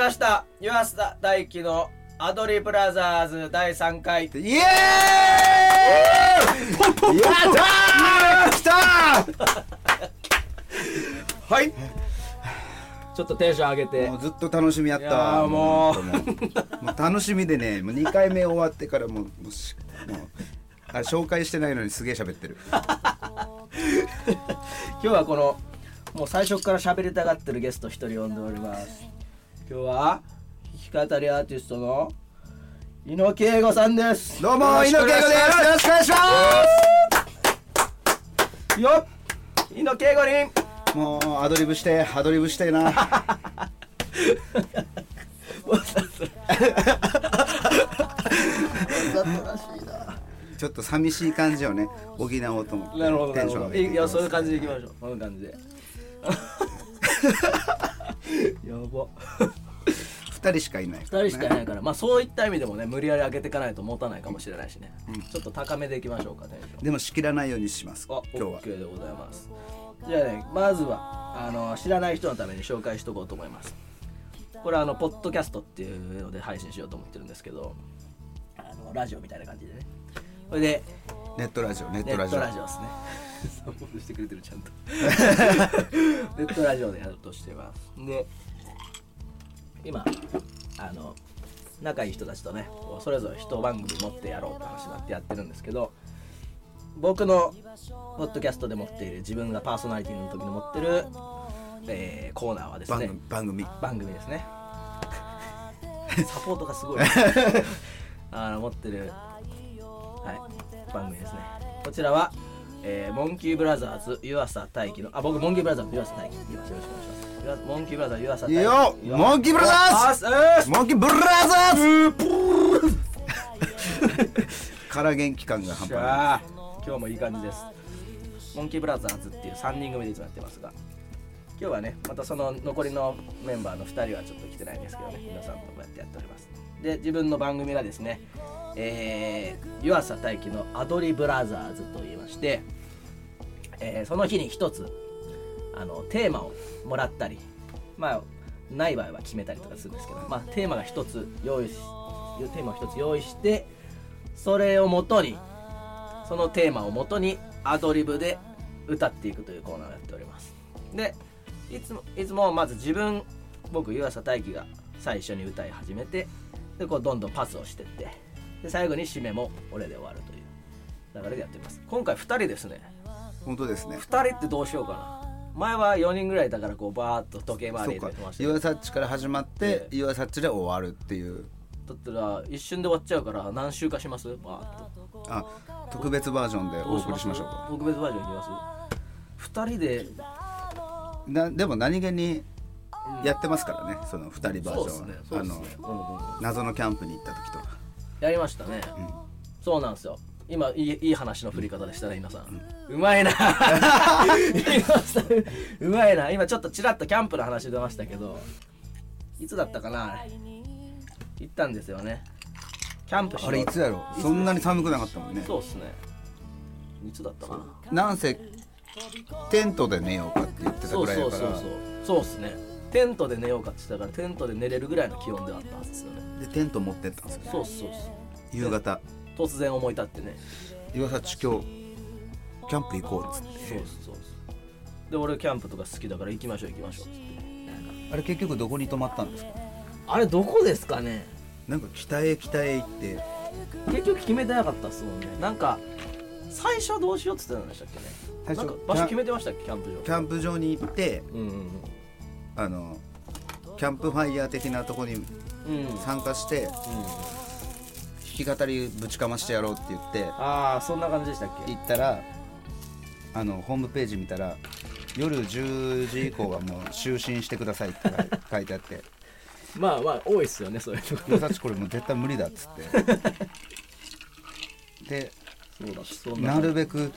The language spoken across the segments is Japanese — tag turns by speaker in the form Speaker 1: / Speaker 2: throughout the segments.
Speaker 1: ました湯浅大輝のアドリブラザーズ第3回
Speaker 2: イ エーイやったー来た
Speaker 1: はいちょっとテンション上げて
Speaker 2: ーもうずっと楽しみやった
Speaker 1: いやーもう
Speaker 2: もうもう楽しみでねもう2回目終わってからもうもうしもうあ紹介してないのにすげえ喋ってる
Speaker 1: 今日はこのもう最初から喋りたがってるゲスト一人呼んでおります今日は弾き語りアーティストの猪木英吾さんです
Speaker 2: どうも猪木
Speaker 1: よ
Speaker 2: 英
Speaker 1: ろ
Speaker 2: 子で
Speaker 1: しくお願いします
Speaker 2: よろしくお願いします
Speaker 1: よっ猪木英吾 に
Speaker 2: すもうアドリブしてアドリブしてえなちょっと寂しい感じをね補おうと思って
Speaker 1: なるほど
Speaker 2: テ
Speaker 1: な
Speaker 2: ン
Speaker 1: る
Speaker 2: ション
Speaker 1: ほど
Speaker 2: 上げてい
Speaker 1: い
Speaker 2: き
Speaker 1: や
Speaker 2: ます
Speaker 1: そういう感じでいきましょうそういう感じで やば
Speaker 2: 二人しかいない
Speaker 1: 2人しかいないから、まあそういった意味でもね無理やり上げていかないと持たないかもしれないしね、ちょっと高めでいきましょうかテンション
Speaker 2: でも仕切らないようにします
Speaker 1: あ
Speaker 2: 今日は
Speaker 1: OK でございますじゃあねまずはあの知らない人のために紹介しとこうと思いますこれはあのポッドキャストっていうので配信しようと思ってるんですけどあのラジオみたいな感じでねこれで
Speaker 2: ネットラジオネッ
Speaker 1: ネ
Speaker 2: トラ
Speaker 1: ッ
Speaker 2: ジ
Speaker 1: ト
Speaker 2: オ
Speaker 1: ラジオですね サポートしてくれてるちゃんと ネットラジオでやるとしてますで今あの仲いい人たちとねこうそれぞれ一番組持ってやろうって話になってやってるんですけど僕のポッドキャストで持っている自分がパーソナリティの時に持ってる、えーコーナーはです
Speaker 2: 番
Speaker 1: ね
Speaker 2: 組番組
Speaker 1: 番組ですねサポートがすごいあの持ってる、はい、番組ですねこちらは、えーモンキーブラザーズ湯浅大輝のあ僕モンキーブラザーズ湯浅大輝よろしくお願いします湯浅モンキーブラザーズ湯浅大輝
Speaker 2: いいよ
Speaker 1: 湯浅
Speaker 2: モンキーブラザー
Speaker 1: おっす
Speaker 2: モンキーブラザーズから元気感が半
Speaker 1: よっし
Speaker 2: 端ない
Speaker 1: ゃー今日もいい感じですモンキーブラザーズっていう3人組でいつもやってますが今日はねまたその残りのメンバーの2人はちょっと来てないんですけどね皆さんとこうやってやっておりますで自分の番組がですねえー、湯浅大輝のアドリブラザーズと言いまして、えーその日に一つあのテーマをもらったりまあない場合は決めたりとかするんですけど、まあ、テーマが一つ用意しテーマを一つ用意してそれをもとにそのテーマをもとにアドリブで歌っていくというコーナーをやっておりますでいつもいつもまず自分僕湯浅大輝が最初に歌い始めてでこうどんどんパスをしてってで最後に締めも俺で終わるという流れでやってます今回2人ですね
Speaker 2: 本当ですね
Speaker 1: 2人ってどうしようかな前は4人ぐらいだからこうバーッと時計回
Speaker 2: そ
Speaker 1: りでや
Speaker 2: うか
Speaker 1: ってましたけど
Speaker 2: 岩サッチから始まって
Speaker 1: ええ
Speaker 2: 岩サッチで終わるっていう
Speaker 1: だったら一瞬で終わっちゃうから何周かしますバーッと
Speaker 2: あ特別バージョンでお送りしましょうか
Speaker 1: 特別バージョンいきます2人で
Speaker 2: なでも何気にやってますからねその2人バージョンは、
Speaker 1: そう
Speaker 2: あ
Speaker 1: ですねそう
Speaker 2: の
Speaker 1: ですねうんうん
Speaker 2: 謎のキャンプに行った時とか
Speaker 1: やりましたね、そうなんですよ今いいいい話の振り方でしたね皆さん、うまいな 今さうまいな今ちょっとちらっとキャンプの話出ましたけどいつだったかな行ったんですよねキャンプしよう
Speaker 2: あれいつやろそんなに寒くなかったもんね
Speaker 1: そうっすねいつだったかな
Speaker 2: なんせテントで寝ようかって言ってた
Speaker 1: そ
Speaker 2: ぐ
Speaker 1: う
Speaker 2: らい
Speaker 1: そ
Speaker 2: だ
Speaker 1: う
Speaker 2: か
Speaker 1: そう
Speaker 2: ら
Speaker 1: そうそうっすねテントで寝ようかって言ってたからテントで寝れるぐらいの気温ではあったはずですよね
Speaker 2: でテント持ってったんですよ
Speaker 1: そうっすそうっす
Speaker 2: 夕方
Speaker 1: 突然思い立ってね
Speaker 2: 岩佐地今日キャンプ行こうっつって
Speaker 1: そうそうそうで俺キャンプとか好きだから行きましょう行きましょうっつって
Speaker 2: あれ結局どこに泊まったんですか
Speaker 1: あれどこですかね
Speaker 2: なんか北へ北へ行って
Speaker 1: 結局決めてなかったっすもんねなんか最初はどうしようって言ってたんでしたっけね
Speaker 2: 最初
Speaker 1: なんか場所決めてましたっけキャンプ場
Speaker 2: キャンプ場に行って
Speaker 1: うん
Speaker 2: あのキャンプファイヤー的なとこに
Speaker 1: うんうんうん
Speaker 2: 参加して弾き語りぶちかましてやろうって言って
Speaker 1: ああそんな感じでしたっけ
Speaker 2: 行ったらあのホームページ見たら夜10時以降はもう就寝してくださいって書いてあって
Speaker 1: まあまあ多いっすよねそういうとこ
Speaker 2: 「さちこれもう絶対無理だ」っつ って
Speaker 1: そうだそ
Speaker 2: で
Speaker 1: んな
Speaker 2: なるべく
Speaker 1: うん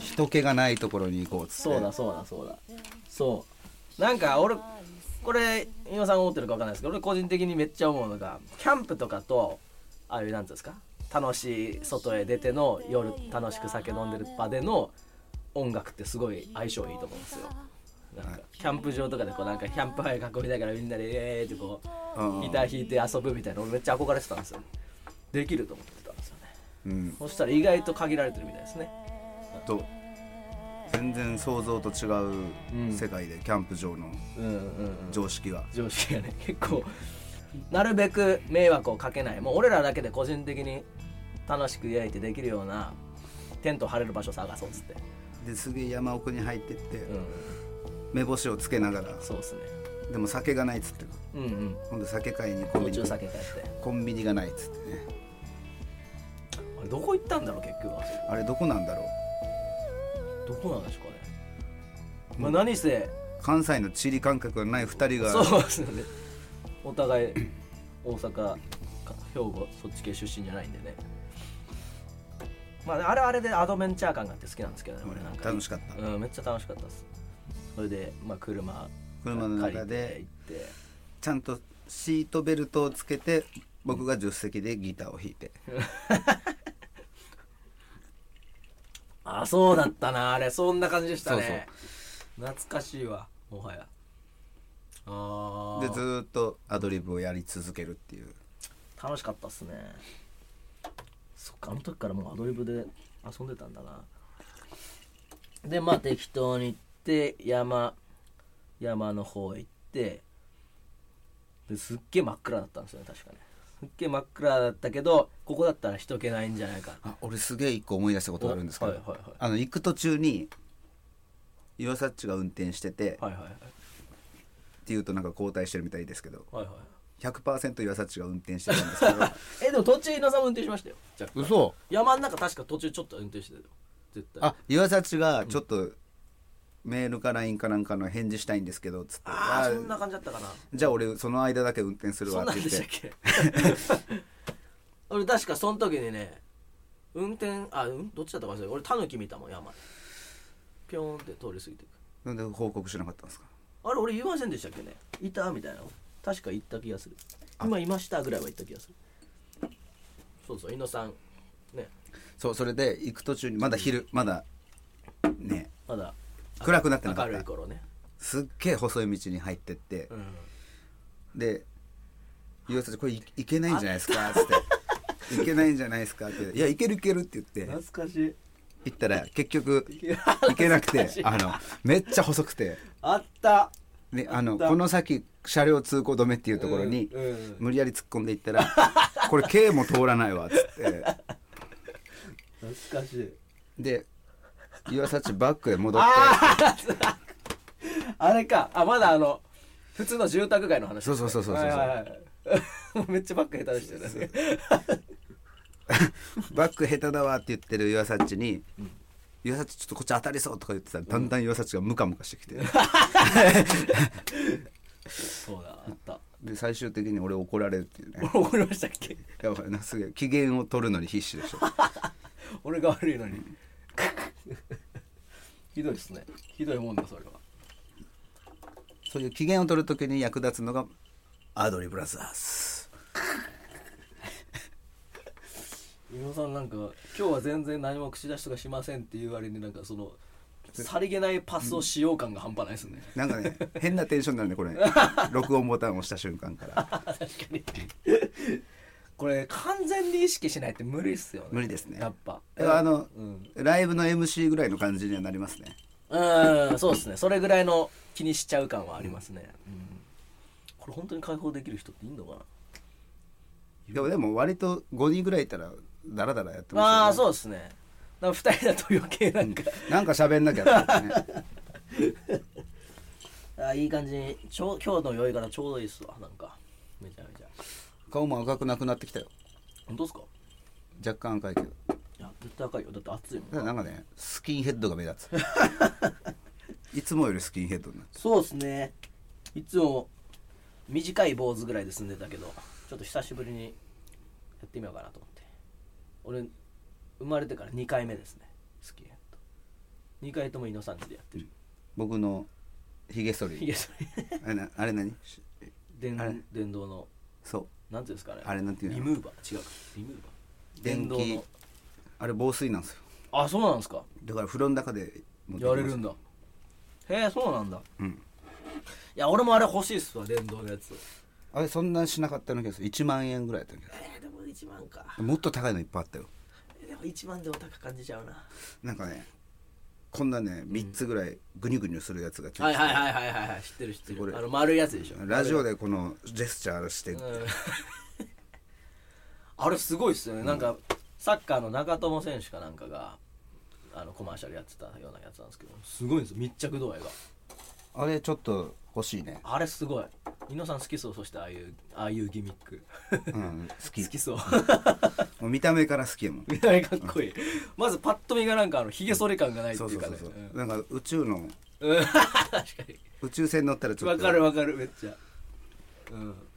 Speaker 2: 人気がないところに行こうっつって
Speaker 1: そうだそうだそうだそうなんか俺これ今さんが思ってるか分かんないですけど俺個人的にめっちゃ思うのがキャンプとかとああいうなんていうんですか楽しい外へ出ての夜楽しく酒飲んでる場での音楽ってすごい相性いいと思うんですよなんかキャンプ場とかでこうなんかキャンプファイア囲みながらみんなで「えー」ってこ
Speaker 2: うん
Speaker 1: うギター弾いて遊ぶみたいなの俺めっちゃ憧れてたんですよできると思ってたんですよね
Speaker 2: うん
Speaker 1: そしたら意外と限られてるみたいですね
Speaker 2: と全然想像と違
Speaker 1: ん
Speaker 2: う世界でキャンプ場の
Speaker 1: うんうんうん
Speaker 2: 常識が、
Speaker 1: 常識がね結構なるべく迷惑をかけないもう俺らだけで個人的に楽しく焼いてできるようなテント張れる場所探そうっつって
Speaker 2: ですげえ山奥に入ってって、
Speaker 1: うん
Speaker 2: 目星をつけながら
Speaker 1: そうっすね
Speaker 2: でも酒がないっつって
Speaker 1: うんうん
Speaker 2: 今度酒買いにコン
Speaker 1: 途
Speaker 2: ビニ
Speaker 1: 中酒買って
Speaker 2: コンビニがないっつってね
Speaker 1: あれどこ行ったんだろう結局あそ
Speaker 2: あれどこなんだろう
Speaker 1: こどこなんでしょうかね、まあ、何せ
Speaker 2: 関西の地理感覚がない2人が
Speaker 1: そうですよねお互い大阪か兵庫そっち系出身じゃないんでねまああれはあれでアドベンチャー感があって好きなんですけどね、
Speaker 2: うん
Speaker 1: 俺なんか
Speaker 2: 楽しかった
Speaker 1: うんめっちゃ楽しかったですそれでまあ車
Speaker 2: 車の中
Speaker 1: 借
Speaker 2: で
Speaker 1: りて行って
Speaker 2: ちゃんとシートベルトをつけて僕が助手席でギターを弾いて
Speaker 1: あそうだったなあれそんな感じでしたね
Speaker 2: そ
Speaker 1: 懐かしいわもはやあ
Speaker 2: でず
Speaker 1: あ
Speaker 2: ーっとアドリブをやり続けるっていう
Speaker 1: 楽しかったっすねそっかあの時からもうアドリブで遊んでたんだなでまあ適当に行って山山の方行ってですっげえ真っ暗だったんですよね確かねすっげえ真っ暗だったけどここだったら人気ないんじゃないか
Speaker 2: あ俺すげえ一個思い出したことがあるんですけど、
Speaker 1: おはいはいはい
Speaker 2: あの行く途中に岩サッチが運転してて、っ
Speaker 1: はいはいはい
Speaker 2: ていうとなんか交代してるみたいですけど
Speaker 1: はいは
Speaker 2: 100%岩サッチが運転してたんですけど
Speaker 1: いえでも途中稲さんも運転しましたよじゃあ
Speaker 2: 嘘
Speaker 1: 山の中確か途中ちょっと運転してたよ絶対
Speaker 2: あ岩サッチがちょっと、メールか LINE かなんかの返事したいんですけどつって
Speaker 1: あ
Speaker 2: あ
Speaker 1: ーそんな感じだったかな
Speaker 2: じゃあ俺その間だけ運転する
Speaker 1: そ
Speaker 2: わ
Speaker 1: ん
Speaker 2: っ
Speaker 1: な
Speaker 2: て
Speaker 1: ん
Speaker 2: 言
Speaker 1: で
Speaker 2: っ
Speaker 1: した
Speaker 2: て
Speaker 1: っけ 俺確かその時にね運転あうんどっちだったか忘れた俺タヌキ見たもん山でピョーンって通り過ぎていく
Speaker 2: なんで報告しなかったんですか
Speaker 1: あれ俺言いませんでしたっけねいたみたいな確か言った気がする今いましたぐらいは言った気がするそうそう猪野さんね
Speaker 2: そうそれで行く途中にまだ昼まだね
Speaker 1: まだ
Speaker 2: 暗くなってなか
Speaker 1: 明
Speaker 2: っ
Speaker 1: るい
Speaker 2: た
Speaker 1: 頃ね
Speaker 2: すっげえ細い道に入ってって
Speaker 1: う、ん
Speaker 2: で岩田ちこれいいけないんじゃないですか?」っつって「いけないんじゃないですか?」って「いやいけるいける」って言って
Speaker 1: 懐かしい
Speaker 2: 行ったら結局
Speaker 1: け
Speaker 2: いけなく
Speaker 1: 懐かしてい
Speaker 2: あのめっちゃ細くて
Speaker 1: あった
Speaker 2: であのこの先車両通行止めっていうところに
Speaker 1: うんうん
Speaker 2: 無理やり突っ込んでいったら 「これ軽も通らないわ」っつって
Speaker 1: 懐かしい
Speaker 2: で岩田ちバックで戻って
Speaker 1: あああれかあまだあの普通の住宅街の話
Speaker 2: そうそうそうそうそう
Speaker 1: はいはいはい めっちゃバック下手でしたよね
Speaker 2: バック下手だわって言ってる岩サッチに「岩サッチちょっとこっち当たりそう」とか言ってたらだんだん岩サッチがムカムカしてきて
Speaker 1: そうだあった
Speaker 2: で最終的に俺怒られるっていうね
Speaker 1: 俺怒りましたっけ
Speaker 2: やばいなすげえ機嫌を取るのに必死でしょ
Speaker 1: 俺が悪いのに ひどいですねひどいもんだそれは
Speaker 2: そういう機嫌を取る時に 役立つのがアドリブラザーズ
Speaker 1: 伊野さんなんか今日は全然何も口出しとかしませんっていう割になんかそのさりげないパスをしよう感が半端ないですね
Speaker 2: なんか ね変なテンションなんでこれ録音ボタンを押した瞬間から
Speaker 1: 確かにこれ完全に意識しないって無理っすよね
Speaker 2: 無理ですね
Speaker 1: やっぱ
Speaker 2: だからあの、
Speaker 1: うん
Speaker 2: ライブの MC ぐらいの感じにはなりますね
Speaker 1: うんそうですねそれぐらいの気にしちゃう感はありますね、うんこれ本当に解放できる人っていいのかな
Speaker 2: でもでも割と5人ぐらいいたらダラダラやって
Speaker 1: ああ
Speaker 2: ます
Speaker 1: ーそうですねだから2人だと余計なんか、
Speaker 2: ねなんか喋んなきゃってね
Speaker 1: ああいい感じにちょう今日の酔いからちょうどいいっすわなんかめちゃめちゃ
Speaker 2: 顔も赤くなくなってきたよ
Speaker 1: 本当っすか
Speaker 2: 若干赤いけど
Speaker 1: いや絶対赤いよだって暑いもん
Speaker 2: ただなんかねスキンヘッドが 目立ついつもよりスキンヘッドになって
Speaker 1: そうですねいつも短い坊主ぐらいで済んでたけどちょっと久しぶりにやってみようかなと思って俺生まれてから2回目ですねスキンヘッド2回ともイノサンチでやってる
Speaker 2: 僕のヒゲ剃
Speaker 1: い
Speaker 2: り
Speaker 1: やそれ
Speaker 2: あれなあれ何しあれ
Speaker 1: 電電動の
Speaker 2: そう
Speaker 1: なんていうんですかね
Speaker 2: あれなんていうの
Speaker 1: リムーバー違うかリムーバー
Speaker 2: 電気
Speaker 1: の
Speaker 2: あれ防水なんですよ
Speaker 1: あそうなんですか
Speaker 2: だから風呂の中でもうでき
Speaker 1: や
Speaker 2: ます
Speaker 1: れるんだへえそうなんだ
Speaker 2: うん
Speaker 1: いや俺もあれ欲しいっすわ電動のやつ
Speaker 2: あれそんなしなかったのけど1万円ぐらいやったんだけ
Speaker 1: えー、でも1万か
Speaker 2: どもっと高いのいっぱいあったよ
Speaker 1: でも1万でも高く感じちゃうな
Speaker 2: なんかねこんなね3つぐらいグニュグニュするやつがちょっ
Speaker 1: はいはいはいはいはいはい知ってる知って
Speaker 2: これ
Speaker 1: るあの丸いやつでしょ
Speaker 2: とラジオでこのジェスチャーして
Speaker 1: うん あれすごいっすよねなんかサッカーの長友選手かなんかがあのコマーシャルやってたようなやつなんですけどすごいんですよ密着度合いが
Speaker 2: あれちょっと欲しいね
Speaker 1: あれすごい猪野さん好きそうそしてああいうああいうギミック
Speaker 2: うん好き
Speaker 1: 好きそう
Speaker 2: もう見た目から好きやもん
Speaker 1: 見た目かっこいいまずパッと見がなんかあのひげ剃り感がないって
Speaker 2: そう
Speaker 1: い
Speaker 2: そうう
Speaker 1: か
Speaker 2: そう
Speaker 1: ね
Speaker 2: そう、
Speaker 1: うん
Speaker 2: なんか宇宙の
Speaker 1: うん 確か
Speaker 2: 宇宙船乗ったらち
Speaker 1: に
Speaker 2: ょっ
Speaker 1: わ
Speaker 2: と
Speaker 1: かるわかるめっちゃうん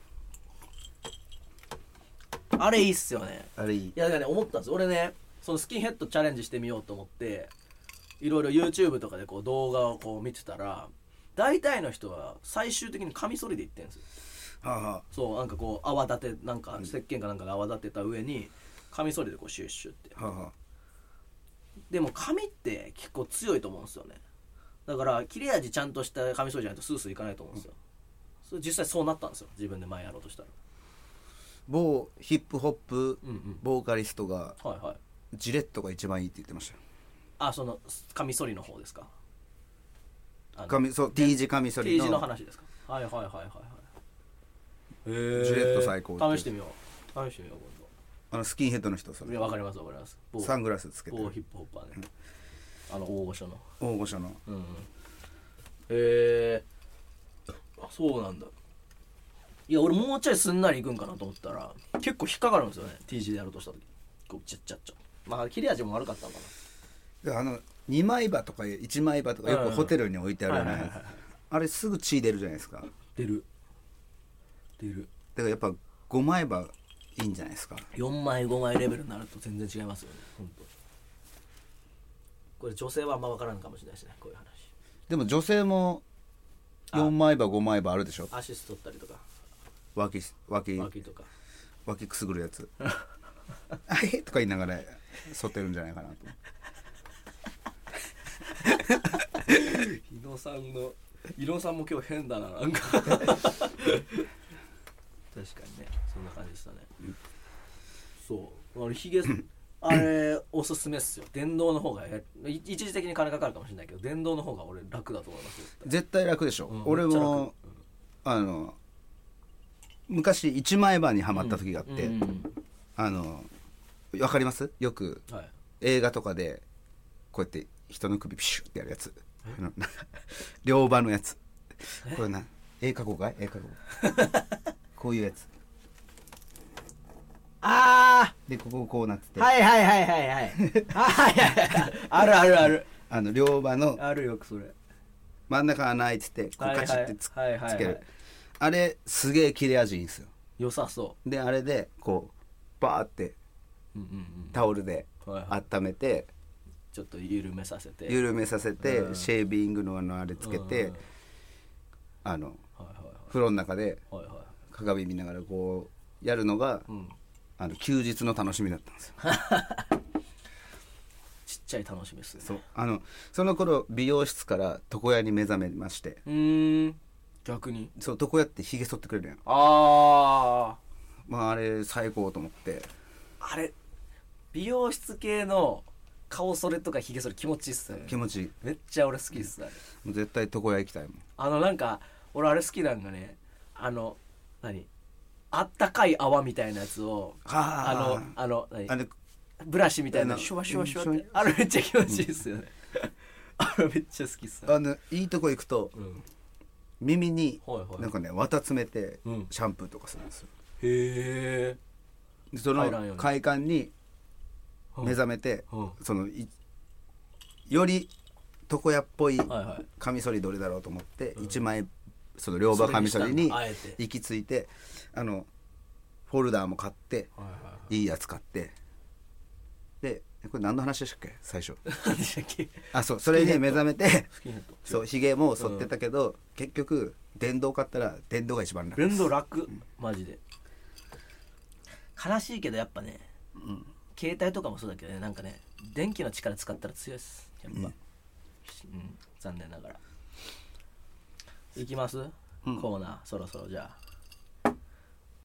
Speaker 1: あれいいっすよね
Speaker 2: あれいい
Speaker 1: いやだからね思ったんです俺ねそのスキンヘッドチャレンジしてみようと思っていろいろ YouTube とかでこう動画をこう見てたら大体の人は最終的にカミソリでいってんですよ
Speaker 2: はあ、はあ、
Speaker 1: そうなんかこう泡立てなんか石鹸かなんかが泡立てた上にカミソリでこうシュッシュって
Speaker 2: はあは
Speaker 1: でも紙って結構強いと思うんですよねだから切れ味ちゃんとした紙ソリじゃないとスースーいかないと思うんですよ、それ実際そうなったんですよ自分で前やろうとしたら
Speaker 2: 某ヒップホップ
Speaker 1: うんうん
Speaker 2: ボーカリストが
Speaker 1: はいはい
Speaker 2: ジレットが一番いいって言ってましたよ
Speaker 1: あその紙ソリの方ですかあの
Speaker 2: カミそう T 字カミソ
Speaker 1: T
Speaker 2: リ
Speaker 1: 字の
Speaker 2: の
Speaker 1: 話ですかはいはいはいはいはいジ
Speaker 2: ジレット最高
Speaker 1: 試してみよう試してみよう
Speaker 2: あのスキンヘッドの人
Speaker 1: 今
Speaker 2: そ
Speaker 1: 度い
Speaker 2: れ
Speaker 1: やわかりますわかります某
Speaker 2: サングラスつけて
Speaker 1: 某ヒップホッパーねあの大御所の
Speaker 2: 大御所の
Speaker 1: うんうんへえあそうなんだいや俺もうちょいすんなりいくんかなと思ったら結構引っかかるんですよね T 字でやろうとした時こうちゃっちゃっちゃまあ切れ味も悪かったのか
Speaker 2: であの2枚刃とか1枚刃とかよ
Speaker 1: うん
Speaker 2: く
Speaker 1: うん
Speaker 2: ホテルに置いてあるような
Speaker 1: はいは
Speaker 2: や
Speaker 1: いはいはい
Speaker 2: つあれすぐ血出るじゃないですかだか
Speaker 1: 出る出る
Speaker 2: らやっぱ5枚刃いいんじゃないですか
Speaker 1: 4枚5枚レベルになると全然違いますよね本当これ女性はあんま分からんかもしれないですねこういう話
Speaker 2: でも女性も4枚刃5枚刃あるでしょ
Speaker 1: アシスト取ったりとか
Speaker 2: 脇脇
Speaker 1: 脇とか
Speaker 2: 脇くすぐるやつ あれとか言いながら剃ってるんじゃないかなと
Speaker 1: 伊野さんの伊野さんも今日変だななんか 確かにねそんな感じでしたね、そう俺ひげ あれおすすめっすよ電動の方がやい一時的に金かかるかもしれないけど電動の方が俺楽だと思いますよ
Speaker 2: 絶対楽でしょ、
Speaker 1: うん
Speaker 2: 俺
Speaker 1: めっちゃ楽
Speaker 2: もあの昔一枚刃にはまった時があって、
Speaker 1: うん
Speaker 2: あのわかりますよく
Speaker 1: うんはい
Speaker 2: 映画とかでこうやって人の首ピシュってやるやつあの両刃のやつこれな英過去かい英過去 こういうやつ
Speaker 1: ああ
Speaker 2: でこここうなってて、
Speaker 1: はいはいはいはいはいはいはいはいあるあるある
Speaker 2: あの両刃の
Speaker 1: あるよそれ
Speaker 2: 真ん中穴開いててこ
Speaker 1: は
Speaker 2: う
Speaker 1: いは
Speaker 2: カ
Speaker 1: い
Speaker 2: チッてつ,、
Speaker 1: はいはいはい
Speaker 2: つけるあれすげえ切れ味いいんですよ
Speaker 1: 良さそ
Speaker 2: であれでこうバーって
Speaker 1: う,、うんうんうん、
Speaker 2: タオルで
Speaker 1: はいはい
Speaker 2: 温めて
Speaker 1: ちょっと緩めさせて
Speaker 2: 緩めさせて、
Speaker 1: うん
Speaker 2: シェービングのあのあれつけて、
Speaker 1: うん
Speaker 2: あの
Speaker 1: はいはい
Speaker 2: 風呂の中で
Speaker 1: はいはいはい
Speaker 2: 鏡見ながらこうやるのが、
Speaker 1: うん
Speaker 2: あの休日の楽しみだったんですよ
Speaker 1: ちっちゃい楽しみですね
Speaker 2: そうあのその頃美容室から床屋に目覚めまして
Speaker 1: うーん逆に
Speaker 2: そう床屋ってひげ剃ってくれるやん
Speaker 1: あ
Speaker 2: まああれ最高と思って
Speaker 1: ああれ美容室系の顔それとかひげそれ気持ちいいっすよね
Speaker 2: 気持ちいい
Speaker 1: めっちゃ俺好きっすあれ
Speaker 2: もう絶対床屋行きたいもん
Speaker 1: あのなんか俺あれ好きなんかねあの何あったかい泡みたいなやつをあの
Speaker 2: あ
Speaker 1: あの何
Speaker 2: あの
Speaker 1: ブラシみたい
Speaker 2: あ
Speaker 1: な
Speaker 2: の
Speaker 1: シュワシュワシュワっ
Speaker 2: うん
Speaker 1: て
Speaker 2: シュ
Speaker 1: あれめっちゃ気持ちいいっすよね あれめっちゃ好きっすね
Speaker 2: あのいいとこ行くと
Speaker 1: うん
Speaker 2: 耳に
Speaker 1: はいはい
Speaker 2: なんかね綿詰めて
Speaker 1: うん
Speaker 2: シャンプーとかするんですよ
Speaker 1: へえ
Speaker 2: でそ
Speaker 1: 入らんよう
Speaker 2: の
Speaker 1: に
Speaker 2: 快感に目覚めて
Speaker 1: うん
Speaker 2: そのいより床屋っぽい
Speaker 1: はいはい
Speaker 2: カミソリどれだろうと思って一枚その両刃カミソリ
Speaker 1: それにし
Speaker 2: に
Speaker 1: たんだあえて
Speaker 2: 行き着いてあのフォルダーも買って
Speaker 1: はいはい
Speaker 2: いいやつ買ってでこれ何の話でしたっけ最 初
Speaker 1: 何でしたっけ
Speaker 2: あそうそれに目覚めて
Speaker 1: スキンヘッド
Speaker 2: そうひげも剃ってたけど結局電動買ったら電動が一番楽
Speaker 1: 連動楽マジで悲しいけどやっぱね、携帯とかもそうだけどねなんかね電気の力使ったら強いっすやっぱ、うん残念ながら行きます、
Speaker 2: うん
Speaker 1: コーナーそろそろじゃあ